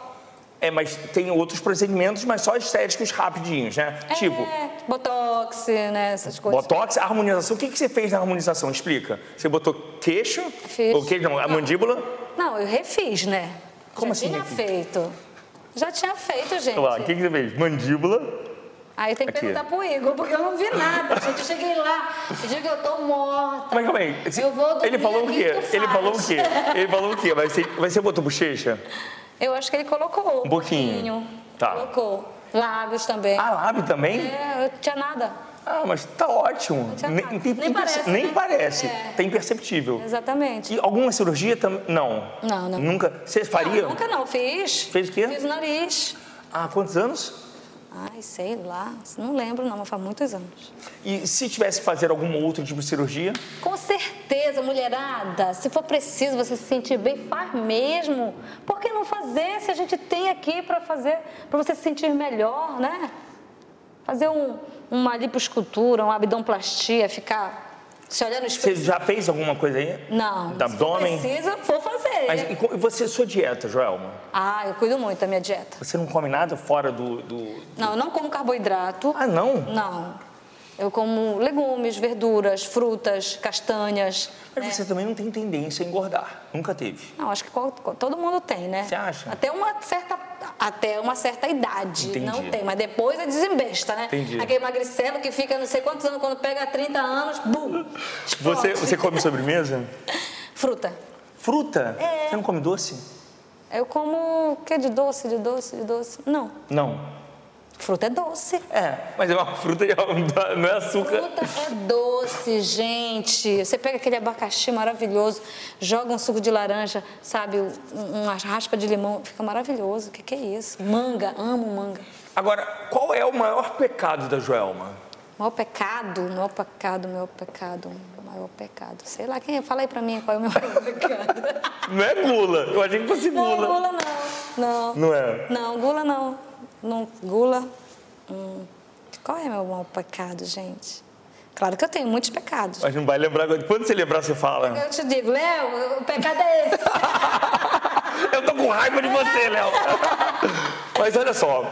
[SPEAKER 2] É, mas tem outros procedimentos, mas só estéticos rapidinhos, né? Tipo,
[SPEAKER 3] É, botox, né? Essas coisas.
[SPEAKER 2] botox, harmonização. O que, que você fez na harmonização? Explica. Você botou queixo?
[SPEAKER 3] Fiz.
[SPEAKER 2] O que? Não, a mandíbula?
[SPEAKER 3] Não, eu refiz, né?
[SPEAKER 2] Como
[SPEAKER 3] Já
[SPEAKER 2] assim
[SPEAKER 3] tinha
[SPEAKER 2] refiz?
[SPEAKER 3] feito. Já tinha feito, gente.
[SPEAKER 2] Olha lá, o que, que você fez? Mandíbula.
[SPEAKER 3] Aí tem que
[SPEAKER 2] Aqui.
[SPEAKER 3] perguntar pro Igor, porque eu não vi nada, gente. Eu cheguei lá, eu digo que eu tô morta.
[SPEAKER 2] Mas calma aí. Você-
[SPEAKER 3] Eu vou dormir
[SPEAKER 2] Ele falou o
[SPEAKER 3] aqui,
[SPEAKER 2] quê?
[SPEAKER 3] tu
[SPEAKER 2] Ele
[SPEAKER 3] faz.
[SPEAKER 2] falou o quê? Ele falou o quê? Mas você, mas você botou bochecha?
[SPEAKER 3] Eu acho que ele colocou.
[SPEAKER 2] Um pouquinho. Tá.
[SPEAKER 3] Colocou. Lábios também.
[SPEAKER 2] Ah, lábio também?
[SPEAKER 3] É, eu não tinha nada.
[SPEAKER 2] Ah, mas tá ótimo.
[SPEAKER 3] tinha
[SPEAKER 2] Nem,
[SPEAKER 3] nada.
[SPEAKER 2] tem-
[SPEAKER 3] Nem
[SPEAKER 2] tem-
[SPEAKER 3] parece,
[SPEAKER 2] Nem
[SPEAKER 3] né?
[SPEAKER 2] parece.
[SPEAKER 3] É.
[SPEAKER 2] Tá imperceptível.
[SPEAKER 3] Exatamente.
[SPEAKER 2] E alguma cirurgia também? Não.
[SPEAKER 3] Não, não.
[SPEAKER 2] Nunca? Você faria?
[SPEAKER 3] Não, nunca não, fiz.
[SPEAKER 2] Fez o quê?
[SPEAKER 3] Fiz o nariz.
[SPEAKER 2] Há quantos anos?
[SPEAKER 3] Ai, sei lá. Não lembro não, mas faz muitos anos.
[SPEAKER 2] E se tivesse que fazer algum outro tipo de cirurgia?
[SPEAKER 3] Com certeza, mulherada, se for preciso você se sentir bem, faz mesmo. Por que não fazer se a gente tem aqui pra fazer, para você se sentir melhor, né? Fazer um, uma lipoescultura, uma abdomplastia, ficar Se olhar no espelho.
[SPEAKER 2] Você já fez alguma coisa aí?
[SPEAKER 3] Não.
[SPEAKER 2] Do
[SPEAKER 3] se for
[SPEAKER 2] abdômen?
[SPEAKER 3] precisa, vou fazer.
[SPEAKER 2] Tá Mas e co- e você, sua dieta, Joelma?
[SPEAKER 3] Ah, eu cuido muito da minha dieta.
[SPEAKER 2] Você não come nada fora do. do-
[SPEAKER 3] Não, eu não como carboidrato.
[SPEAKER 2] Ah, não?
[SPEAKER 3] Não. Eu como legumes, verduras, frutas, castanhas.
[SPEAKER 2] Mas
[SPEAKER 3] É.
[SPEAKER 2] você também não tem tendência a engordar. Nunca teve.
[SPEAKER 3] Não, acho que qual- qual- todo mundo tem, né?
[SPEAKER 2] Você acha?
[SPEAKER 3] Até uma certa, até uma certa idade.
[SPEAKER 2] Entendi.
[SPEAKER 3] Não tem, mas depois é desembesta, né?
[SPEAKER 2] Entendi.
[SPEAKER 3] Aquele magricelo que fica não sei quantos anos, quando pega 30 anos, bum! explode.
[SPEAKER 2] Você, você come sobremesa?
[SPEAKER 3] Fruta.
[SPEAKER 2] Fruta?
[SPEAKER 3] É.
[SPEAKER 2] Você não come doce?
[SPEAKER 3] Eu como o que de doce, de doce, de doce? Não.
[SPEAKER 2] Não.
[SPEAKER 3] Fruta é doce.
[SPEAKER 2] É, mas é uma fruta, não é açúcar.
[SPEAKER 3] Fruta é doce, gente. Você pega aquele abacaxi maravilhoso, joga um suco de laranja, sabe, um- uma raspa de limão, fica maravilhoso. O que, que é isso? Manga, amo manga.
[SPEAKER 2] Agora, qual é o maior pecado da Joelma?
[SPEAKER 3] Maior pecado, maior pecado, meu pecado, maior pecado. Sei lá, quem fala aí pra mim qual é o meu [laughs] pecado.
[SPEAKER 2] Não é gula. Eu achei que fosse
[SPEAKER 3] Não,
[SPEAKER 2] gula.
[SPEAKER 3] gula não. Não.
[SPEAKER 2] Não é?
[SPEAKER 3] Não, gula não. Não, gula. Hum, Qual é meu maior pecado, gente? Claro que eu tenho muitos pecados.
[SPEAKER 2] Mas não vai lembrar agora. Quando você lembrar, você fala.
[SPEAKER 3] Eu te digo, Léo, o pecado é esse.
[SPEAKER 2] Eu tô com raiva de você, Léo. [laughs] Mas olha só,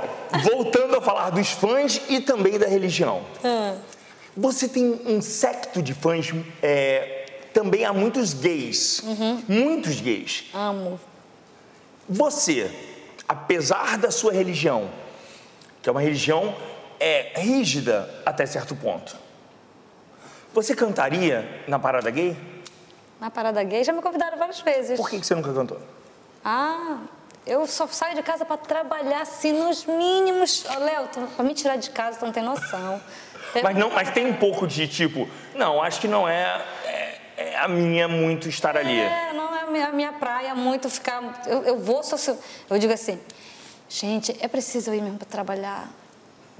[SPEAKER 2] voltando a falar dos fãs e também da religião. Você tem um secto de fãs. é, também há muitos gays. Muitos gays.
[SPEAKER 3] Amo.
[SPEAKER 2] Você, apesar da sua religião, que é uma religião é, rígida até certo ponto, você cantaria na parada gay?
[SPEAKER 3] Na parada gay já me convidaram várias vezes.
[SPEAKER 2] Por que que você nunca cantou?
[SPEAKER 3] Ah, eu só saio de casa pra trabalhar assim nos mínimos. Ô, Léo, tu, pra me tirar de casa, tu não tem noção. Teve-
[SPEAKER 2] Mas, não, mas tem um pouco de tipo, não, acho que não é, é- é a minha muito estar ali.
[SPEAKER 3] É, não é a minha, a minha praia muito ficar. Eu, eu vou só se- Eu digo assim, gente, é preciso eu ir mesmo pra trabalhar.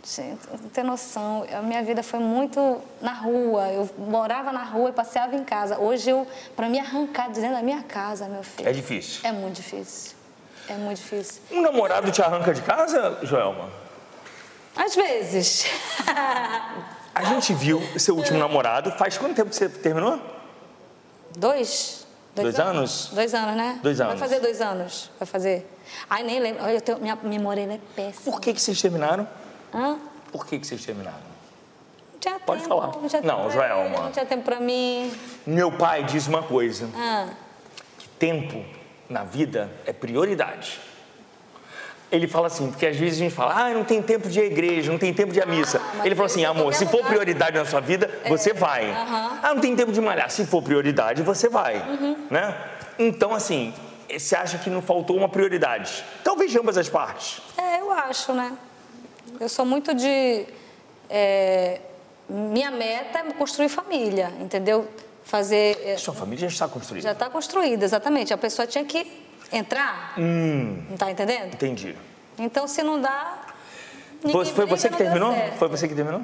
[SPEAKER 3] Gente, não tem noção. A minha vida foi muito na rua. Eu morava na rua e passeava em casa. Hoje eu, pra me arrancar de dentro da minha casa, meu filho.
[SPEAKER 2] É difícil.
[SPEAKER 3] É muito difícil. É muito difícil.
[SPEAKER 2] Um namorado te arranca de casa, Joelma?
[SPEAKER 3] Às vezes. [laughs]
[SPEAKER 2] A gente viu seu último namorado, faz quanto tempo que você terminou?
[SPEAKER 3] Dois?
[SPEAKER 2] Dois anos?
[SPEAKER 3] Dois anos, né?
[SPEAKER 2] Dois anos.
[SPEAKER 3] Vai fazer dois anos. Vai fazer. Ai, nem lembro. Olha, eu tenho- minha memória ela é péssima.
[SPEAKER 2] Por que, que vocês terminaram?
[SPEAKER 3] Hã?
[SPEAKER 2] Por que, que vocês terminaram?
[SPEAKER 3] Não tinha
[SPEAKER 2] Pode
[SPEAKER 3] tempo,
[SPEAKER 2] falar.
[SPEAKER 3] Não, tinha
[SPEAKER 2] Não,
[SPEAKER 3] tempo pra
[SPEAKER 2] Joelma.
[SPEAKER 3] ele, Não tinha tempo pra mim.
[SPEAKER 2] Meu pai diz uma coisa.
[SPEAKER 3] Ah,
[SPEAKER 2] tempo na vida é prioridade. Ele fala assim, porque às vezes a gente fala, ah, não tem tempo de ir à igreja, não tem tempo de ir à missa.
[SPEAKER 3] Ah, mas
[SPEAKER 2] Ele fala
[SPEAKER 3] isso
[SPEAKER 2] assim,
[SPEAKER 3] em
[SPEAKER 2] amor,
[SPEAKER 3] qualquer
[SPEAKER 2] se for
[SPEAKER 3] lugar.
[SPEAKER 2] prioridade na sua vida, você vai.
[SPEAKER 3] É. aham. Uhum.
[SPEAKER 2] Ah, não tem tempo de malhar. Se for prioridade, você vai. Né? Então, assim, você acha que não faltou uma prioridade? Talvez de ambas as partes.
[SPEAKER 3] é, eu acho, né? Eu sou muito de. é, minha meta é construir família, entendeu? Fazer. é,
[SPEAKER 2] Sua família já está construída.
[SPEAKER 3] já está construída, exatamente. A pessoa tinha que entrar.
[SPEAKER 2] Hum.
[SPEAKER 3] Não tá entendendo?
[SPEAKER 2] Entendi.
[SPEAKER 3] Então, se não dá. ninguém
[SPEAKER 2] Foi, foi
[SPEAKER 3] briga,
[SPEAKER 2] você que
[SPEAKER 3] não dá
[SPEAKER 2] terminou?
[SPEAKER 3] certo.
[SPEAKER 2] Foi você que terminou?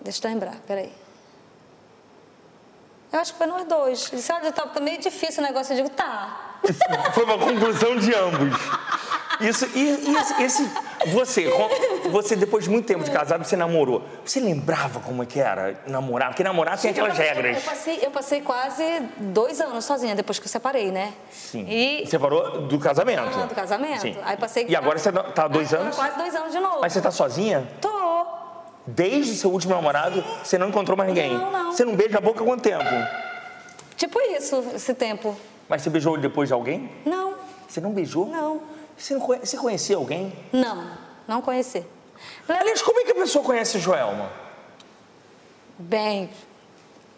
[SPEAKER 3] Deixa eu lembrar, peraí. Eu acho que foi nós dois. Ele disse, olha, tá, tá meio difícil o negócio. Eu digo, tá.
[SPEAKER 2] Foi uma conclusão de ambos. Isso, e, e esse, esse- Você, com- você, depois de muito tempo de casado, você namorou. Você lembrava como é que era namorar? Porque namorar tem aquelas
[SPEAKER 3] Eu passei-
[SPEAKER 2] regras.
[SPEAKER 3] Eu passei, eu passei quase dois anos sozinha depois que eu separei, né?
[SPEAKER 2] Sim.
[SPEAKER 3] E
[SPEAKER 2] Você parou do casamento.
[SPEAKER 3] Ah, do casamento.
[SPEAKER 2] Sim.
[SPEAKER 3] Aí passei.
[SPEAKER 2] E agora você tá há dois
[SPEAKER 3] Aí agora
[SPEAKER 2] anos?
[SPEAKER 3] Quase dois anos de novo.
[SPEAKER 2] Mas você tá sozinha?
[SPEAKER 3] Tô.
[SPEAKER 2] Desde o seu último namorado, você não encontrou mais ninguém.
[SPEAKER 3] Não, não.
[SPEAKER 2] Você não beija a boca há quanto tempo?
[SPEAKER 3] Tipo isso, esse tempo.
[SPEAKER 2] Mas você beijou depois de alguém?
[SPEAKER 3] Não,
[SPEAKER 2] Você não beijou?
[SPEAKER 3] não,
[SPEAKER 2] Você, não conhe... você conhecia alguém?
[SPEAKER 3] não. Não conheci.
[SPEAKER 2] Aliás, como é que a pessoa conhece Joelma?
[SPEAKER 3] Bem,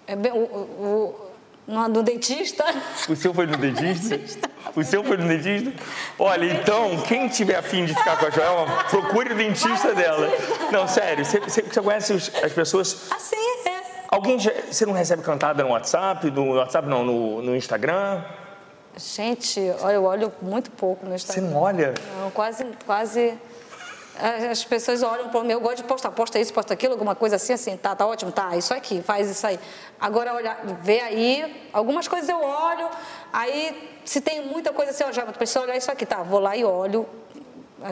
[SPEAKER 3] é bem o, o, o, no, do dentista. [laughs]
[SPEAKER 2] O seu foi no dentista? O seu foi no dentista? Olha, então, quem tiver afim de ficar com a Joelma, procure o dentista dela. Não, sério, você, você- você conhece os- as pessoas.
[SPEAKER 3] Assim, é.
[SPEAKER 2] Alguém já, você não recebe cantada no WhatsApp, no WhatsApp não, no, no Instagram?
[SPEAKER 3] Gente, olha, eu olho muito pouco no
[SPEAKER 2] Você
[SPEAKER 3] Instagram.
[SPEAKER 2] não olha?
[SPEAKER 3] Não, quase, quase. as- As pessoas olham para mim, eu gosto de postar, posta isso, posta aquilo, alguma coisa assim, assim, tá, tá ótimo, tá, isso aqui, faz isso aí. Agora olha, vê aí, algumas coisas eu olho, aí se tem muita coisa assim, ó, já, a pessoa olhar isso aqui, tá, vou lá e olho,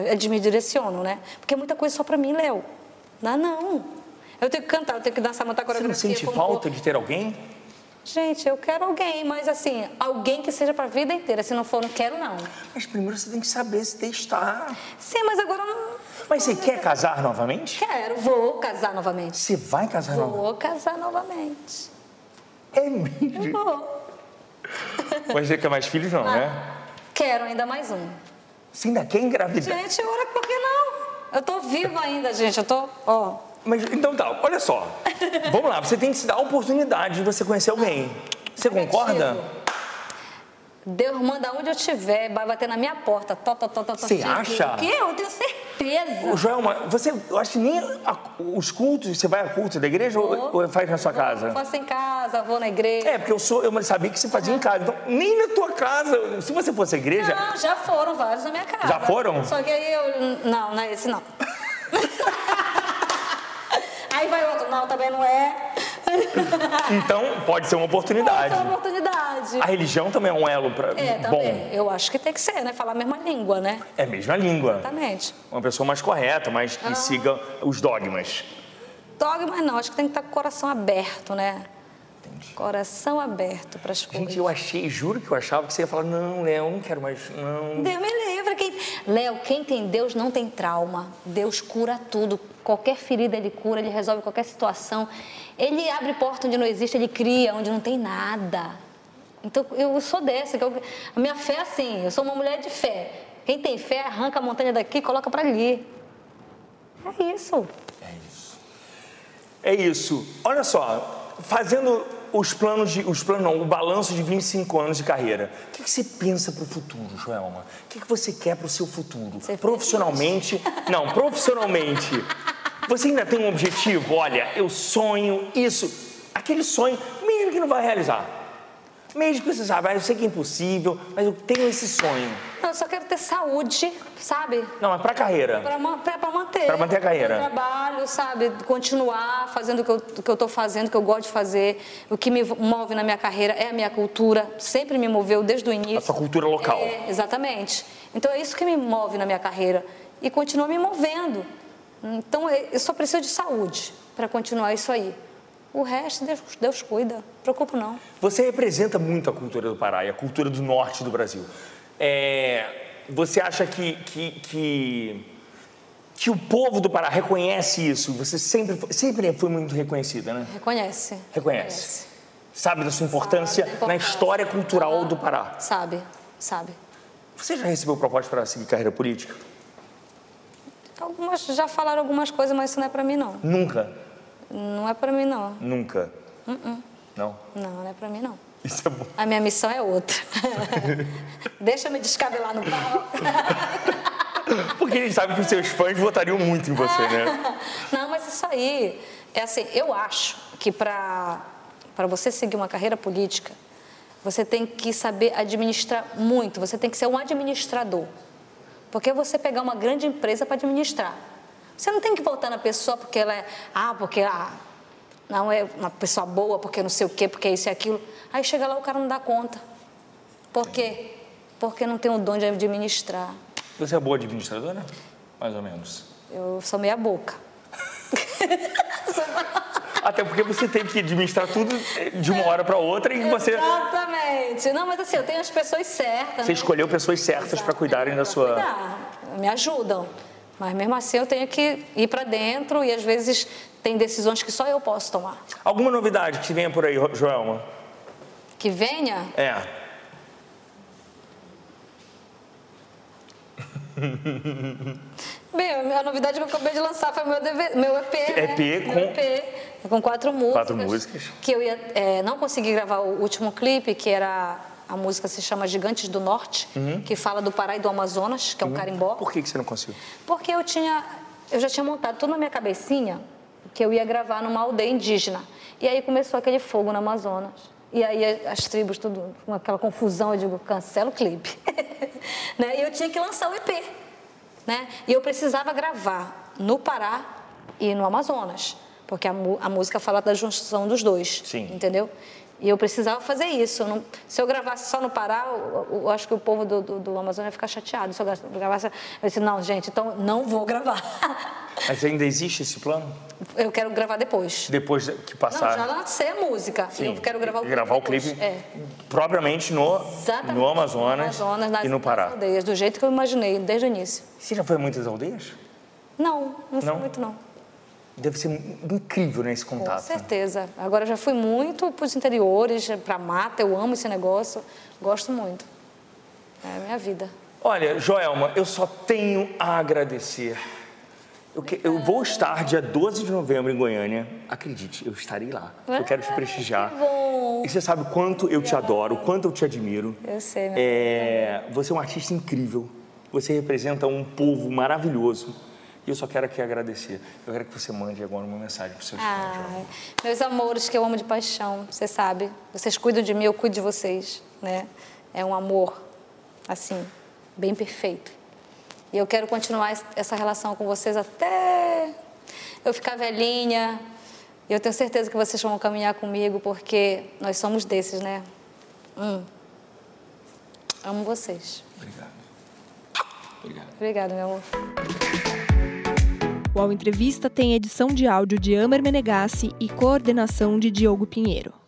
[SPEAKER 3] eles me direcionam, né? Porque é muita coisa só para mim, Léo. Não, não. Eu tenho que cantar, eu tenho que dançar, montar
[SPEAKER 2] Você não
[SPEAKER 3] coreografia.
[SPEAKER 2] sente
[SPEAKER 3] compor.
[SPEAKER 2] falta de ter alguém?
[SPEAKER 3] Gente, eu quero alguém, mas assim, alguém que seja pra vida inteira. Se não for, não quero, não.
[SPEAKER 2] Mas primeiro você tem que saber se testar.
[SPEAKER 3] Sim, mas agora eu não
[SPEAKER 2] Mas você quer casar novamente?
[SPEAKER 3] quero. Vou casar novamente.
[SPEAKER 2] Você vai casar novamente?
[SPEAKER 3] Vou casar novamente.
[SPEAKER 2] É mesmo.
[SPEAKER 3] Vou. Ah.
[SPEAKER 2] Mas você quer mais filhos não, né?
[SPEAKER 3] Quero ainda mais um.
[SPEAKER 2] Você ainda quer engravidar?
[SPEAKER 3] Gente, ora, por que não? Eu tô viva ainda, gente. Eu tô, ó.
[SPEAKER 2] Mas então tá, olha só. Vamos lá, você tem que se dar a oportunidade de você conhecer alguém. Você concorda?
[SPEAKER 3] Deus manda onde eu estiver, vai bater na minha porta. Tó, tó, tó, tó, tó,
[SPEAKER 2] Você
[SPEAKER 3] chega.
[SPEAKER 2] acha?
[SPEAKER 3] O quê? Eu tenho certeza.
[SPEAKER 2] Ô, Joelma, é você, eu acho que nem a- os cultos, você vai a culto da igreja ou, ou faz na sua
[SPEAKER 3] Eu
[SPEAKER 2] casa?
[SPEAKER 3] faço em casa, vou na igreja.
[SPEAKER 2] É, porque eu sou, eu sabia que você fazia em casa. Então, nem na tua casa, se você fosse à igreja,
[SPEAKER 3] Não, Ah, já foram vários na minha casa.
[SPEAKER 2] É, Já foram?
[SPEAKER 3] Só que aí eu. Não, não é esse não.
[SPEAKER 2] [laughs]
[SPEAKER 3] aí vai outro, não, também não é. Ah.
[SPEAKER 2] então pode ser uma
[SPEAKER 3] Outra
[SPEAKER 2] oportunidade.
[SPEAKER 3] oportunidade.
[SPEAKER 2] A religião também é um elo pra,
[SPEAKER 3] É, também.
[SPEAKER 2] bom.
[SPEAKER 3] Eu acho que tem que ser, né? Falar a mesma língua, né?
[SPEAKER 2] É a mesma língua.
[SPEAKER 3] Tá. Exatamente.
[SPEAKER 2] Uma pessoa mais correta, mas
[SPEAKER 3] Ah.
[SPEAKER 2] que siga os dogmas.
[SPEAKER 3] Dogma não, acho que tem que estar com o coração aberto, né? Coração aberto para as coisas.
[SPEAKER 2] Gente, eu achei, juro que eu achava que você ia falar, não, Léo, não quero mais, não.
[SPEAKER 3] Deus me livre. Quem... Léo, quem tem Deus não tem trauma. Deus cura tudo. Qualquer ferida ele cura, ele resolve qualquer situação. Ele abre porta onde não existe, ele cria onde não tem nada. Então eu sou dessa. que eu- A minha fé é assim, eu sou uma mulher de fé. Quem tem fé arranca a montanha daqui e coloca pra ali. É isso.
[SPEAKER 2] É isso. Olha só, fazendo os planos de. Os planos não, o balanço de 25 anos de carreira. O que, que você pensa pro futuro, Joelma? O que, que você quer pro seu futuro?
[SPEAKER 3] Ser é feliz.
[SPEAKER 2] profissionalmente. Não, profissionalmente. Você ainda tem um objetivo? Olha, eu sonho isso. Aquele sonho, mesmo que não vai realizar. Mesmo que você saiba, ah, eu sei que é impossível, mas eu tenho esse sonho.
[SPEAKER 3] Eu só quero ter saúde, sabe?
[SPEAKER 2] Não, é pra carreira.
[SPEAKER 3] Pra, ma- pra- pra manter.
[SPEAKER 2] Pra manter a carreira.
[SPEAKER 3] O trabalho, sabe? Continuar fazendo o que, eu, o que eu tô fazendo, o que eu gosto de fazer. O que me move na minha carreira é a minha cultura. Sempre me moveu desde o início.
[SPEAKER 2] A sua cultura local.
[SPEAKER 3] É, exatamente. Então é isso que me move na minha carreira. E continua me movendo. Então é- eu só preciso de saúde para continuar isso aí. O resto, Deus, Deus cuida. Não preocupa, não.
[SPEAKER 2] Você representa muito a cultura do Pará e a cultura do norte do Brasil. É, você acha que, que, que, que o povo do Pará reconhece isso? Você sempre, foi- sempre foi muito reconhecida, né?
[SPEAKER 3] Reconhece.
[SPEAKER 2] Reconhece. Sabe da sua importância,
[SPEAKER 3] Sabe da importância.
[SPEAKER 2] na história cultural do Pará.
[SPEAKER 3] Sabe, sabe.
[SPEAKER 2] Você já recebeu proposta para seguir carreira política?
[SPEAKER 3] Algumas já falaram algumas coisas, mas isso não é pra mim, não.
[SPEAKER 2] Nunca.
[SPEAKER 3] Não é pra mim, não.
[SPEAKER 2] Nunca.
[SPEAKER 3] Uh-uh.
[SPEAKER 2] Não?
[SPEAKER 3] Não, não é pra mim, não.
[SPEAKER 2] Isso é bom.
[SPEAKER 3] A minha missão é outra. Deixa eu me descabelar no pau.
[SPEAKER 2] Porque a gente sabe que os seus fãs votariam muito em você,
[SPEAKER 3] Ah.
[SPEAKER 2] né?
[SPEAKER 3] [laughs] Não, mas isso aí. É assim, eu acho que pra pra você seguir uma carreira política, você tem que saber administrar muito. Você tem que ser um administrador. Porque você pegar uma grande empresa para administrar. Você não tem que votar na pessoa porque ela é. Ah, porque. Ah, não é uma pessoa boa, porque não sei o quê, porque isso e aquilo. Aí chega lá o cara não dá conta. Por quê? Porque não tem o dom de administrar.
[SPEAKER 2] Você é boa administradora? Mais ou menos.
[SPEAKER 3] Eu sou meia boca. [laughs]
[SPEAKER 2] Até porque você teve que administrar tudo eh, de uma hora para outra e você,
[SPEAKER 3] Exatamente. Não, mas assim, eu tenho as pessoas certas.
[SPEAKER 2] você
[SPEAKER 3] né?
[SPEAKER 2] escolheu pessoas certas para cuidarem da
[SPEAKER 3] Pra
[SPEAKER 2] sua.
[SPEAKER 3] cuidar, me ajudam. Mas mesmo assim eu tenho que ir pra dentro e às vezes tem decisões que só eu posso tomar.
[SPEAKER 2] Alguma novidade que venha por aí, Joelma?
[SPEAKER 3] Que venha,
[SPEAKER 2] É.
[SPEAKER 3] Bem, a novidade que eu acabei de lançar foi meu, DV, meu EP. né?
[SPEAKER 2] EP com-
[SPEAKER 3] Meu EP, com quatro músicas.
[SPEAKER 2] Quatro músicas.
[SPEAKER 3] Que eu ia, é, não consegui gravar o último clipe, que era. A música se chama Gigantes do Norte, que fala do Pará e do Amazonas, que é um carimbó.
[SPEAKER 2] Uhum. Por que, que você não conseguiu?
[SPEAKER 3] Porque eu tinha. Eu já tinha montado tudo na minha cabecinha que eu ia gravar numa aldeia indígena. E aí começou aquele fogo no Amazonas. E aí a- as tribos, tudo, com aquela confusão, eu digo, cancela o clipe. [laughs] né? E eu tinha que lançar o EP. Né? E eu precisava gravar no Pará e no Amazonas. Porque a, mu- a música fala da junção dos dois.
[SPEAKER 2] Sim.
[SPEAKER 3] Entendeu? E eu precisava fazer isso. Eu não- se eu gravasse só no Pará, eu, eu- eu acho que o povo do, do, do Amazonas ia ficar chateado. Se eu gra- gravasse. Eu disse, não, gente, então não vou gravar. [laughs]
[SPEAKER 2] Mas ainda existe esse plano?
[SPEAKER 3] Eu quero gravar depois.
[SPEAKER 2] Depois que
[SPEAKER 3] Não,
[SPEAKER 2] passar.
[SPEAKER 3] já lancei a música.
[SPEAKER 2] Sim,
[SPEAKER 3] Eu quero gravar o clipe.
[SPEAKER 2] gravar o
[SPEAKER 3] depois.
[SPEAKER 2] clipe
[SPEAKER 3] É.
[SPEAKER 2] propriamente no,
[SPEAKER 3] Exatamente.
[SPEAKER 2] no Amazonas,
[SPEAKER 3] No Amazonas, nas-
[SPEAKER 2] e no Pará.
[SPEAKER 3] nas aldeias, do jeito que eu imaginei, desde o início.
[SPEAKER 2] Você já foi a muitas aldeias?
[SPEAKER 3] Não, não, fui
[SPEAKER 2] Não? Tá.
[SPEAKER 3] muito, não.
[SPEAKER 2] Deve ser incrível nesse
[SPEAKER 3] Com
[SPEAKER 2] contato.
[SPEAKER 3] certeza. Agora, eu já fui muito para os interiores, para mata, eu amo esse negócio, gosto muito. É a minha vida.
[SPEAKER 2] Olha, Joelma, eu só tenho a agradecer. Eu, que- eu vou estar dia 12 de novembro em Goiânia. Acredite, eu estarei lá. Eu quero te
[SPEAKER 3] Ah,
[SPEAKER 2] prestigiar.
[SPEAKER 3] que bom.
[SPEAKER 2] E você sabe quanto eu te adoro, quanto eu te admiro.
[SPEAKER 3] Eu sei, né?
[SPEAKER 2] É, você é um artista incrível. Você representa um povo maravilhoso. E eu só quero aqui agradecer. Eu quero que você mande agora uma mensagem para seus fãs. Joelma.
[SPEAKER 3] Ai, Ah, meus amores que eu amo de paixão, você sabe. Vocês cuidam de mim, eu cuido de vocês, né? É um amor, assim, bem perfeito. E eu quero continuar es- essa relação com vocês até eu ficar velhinha. E eu tenho certeza que vocês vão caminhar comigo, porque nós somos desses, né? Hum. Amo vocês.
[SPEAKER 2] Obrigado.
[SPEAKER 3] Obrigada, meu amor.
[SPEAKER 1] O Ao Entrevista tem edição de áudio de Amer Menegassi e coordenação de Diogo Pinheiro.